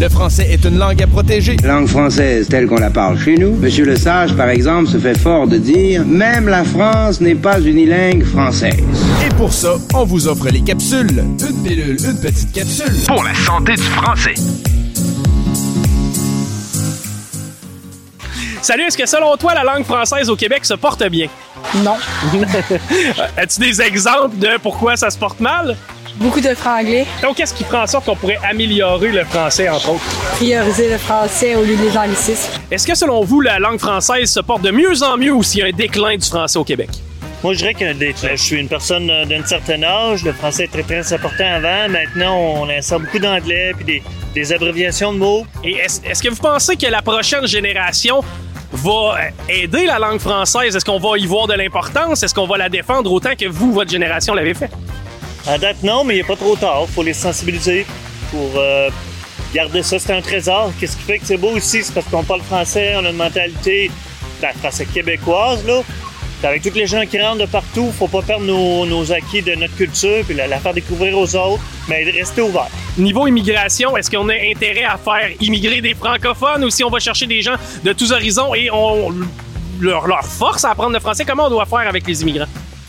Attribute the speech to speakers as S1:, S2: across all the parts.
S1: Le français est une langue à protéger.
S2: Langue française telle qu'on la parle chez nous. Monsieur Le Sage, par exemple, se fait fort de dire Même la France n'est pas unilingue française.
S1: Et pour ça, on vous offre les capsules. Une pilule, une petite capsule.
S3: Pour la santé du français.
S4: Salut, est-ce que selon toi, la langue française au Québec se porte bien?
S5: Non.
S4: As-tu des exemples de pourquoi ça se porte mal?
S5: Beaucoup de franglais.
S4: Donc, qu'est-ce qui prend en sorte qu'on pourrait améliorer le français, entre autres?
S5: Prioriser le français au lieu des anglicismes.
S4: Est-ce que selon vous, la langue française se porte de mieux en mieux ou s'il y a un déclin du français au Québec?
S6: Moi, je dirais que des- je suis une personne euh, d'un certain âge. Le français est très, très important avant. Maintenant, on insère beaucoup d'anglais puis des, des abréviations de mots.
S4: Et est-ce est-ce que vous pensez que la prochaine génération va euh, aider la langue française? Est-ce qu'on va y voir de l'importance? Est-ce qu'on va la défendre autant que vous, votre génération, l'avez fait?
S6: À date, non, mais il n'est pas trop tard. faut les sensibiliser pour euh, garder ça. C'est un trésor. Qu'est-ce qui fait que c'est beau ici? C'est parce qu'on parle français, on a une mentalité ben, français québécoise, là. Puis Avec tous les gens qui rentrent de partout, faut pas perdre nos, nos acquis de notre culture puis la, la faire découvrir aux autres, mais rester ouvert.
S4: Niveau immigration, est-ce qu'on a intérêt à faire immigrer des francophones ou si on va chercher des gens de tous horizons et on leur, leur force à apprendre le français? Comment on doit faire avec les immigrants?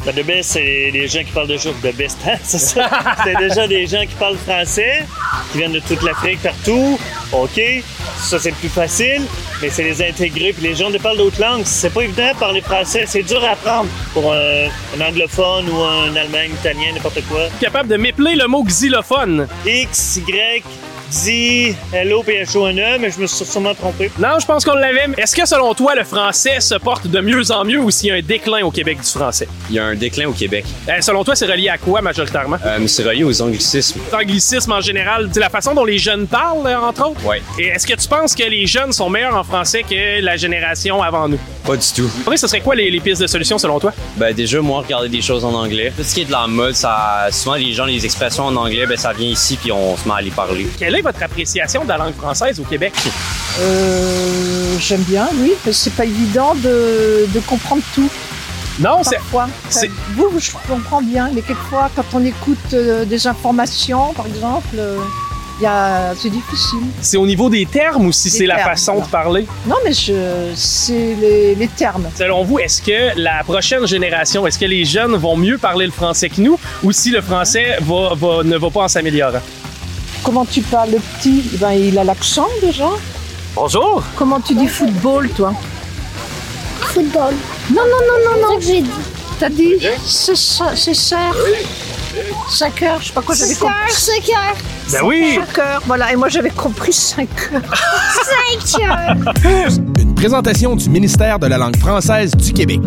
S6: Ben, de best, c'est des gens qui parlent de jour de best, hein, c'est ça. c'est déjà des gens qui parlent français, qui viennent de toute l'Afrique, partout. OK, ça c'est plus facile, mais c'est les intégrer. Puis les gens qui parlent d'autres langues, c'est pas évident de parler français, c'est dur à apprendre pour un, un anglophone ou un allemand, italien, n'importe quoi.
S4: Capable de m'épeler le mot xylophone.
S6: X, Y, Z, Hello, h o n E, mais je me suis sûrement trompé.
S4: Non, je pense qu'on l'avait. mais Est-ce que selon toi, le français se porte de mieux en mieux ou s'il y a un déclin au Québec du français?
S7: Il y a un déclin au Québec.
S4: Euh, selon toi, c'est relié à quoi majoritairement?
S7: Euh, c'est relié aux anglicismes.
S4: L'anglicisme en général, c'est la façon dont les jeunes parlent, euh, entre autres.
S7: Ouais.
S4: Et est-ce que tu penses que les jeunes sont meilleurs en français que la génération avant nous?
S7: Pas du tout.
S4: Fabrice, ce serait quoi les, les pistes de solution selon toi?
S7: Ben déjà, moi, regarder des choses en anglais. Tout ce qui est de la mode, ça, souvent les gens, les expressions en anglais, ben ça vient ici puis on se met à les parler.
S4: Quelle est votre appréciation de la langue française au Québec?
S8: Euh, J'aime bien, oui, parce que c'est pas évident de, de comprendre tout
S4: Non, c'est.
S8: parfois.
S4: c'est-
S8: Enfin, Vous, je comprends bien, mais quelquefois, quand on écoute euh, des informations, par exemple, euh, il y a- c'est difficile.
S4: C'est au niveau des termes ou si
S8: Des
S4: c'est la
S8: termes,
S4: façon
S8: voilà.
S4: de parler?
S8: Non, mais je, c'est les, les termes.
S4: Selon vous, est-ce que la prochaine génération, est-ce que les jeunes vont mieux parler le français que nous ou si le français va- va- ne va pas en s'améliorant?
S8: Comment tu parles, le petit Eh ben, Il a l'accent déjà.
S4: Bonjour!
S8: Comment tu dis football, toi
S9: Football.
S8: Non, non, non, non,
S9: C'est ça
S8: non.
S9: que j'ai dit.
S8: T'as dit c'est ça, c'est ça. Soccer, je sais pas quoi j'avais compris.
S9: Soccer, soccer,
S4: Ben oui!
S8: Soccer, voilà. Et moi j'avais compris 5
S9: soccer.
S1: Une présentation du ministère de la langue française du Québec.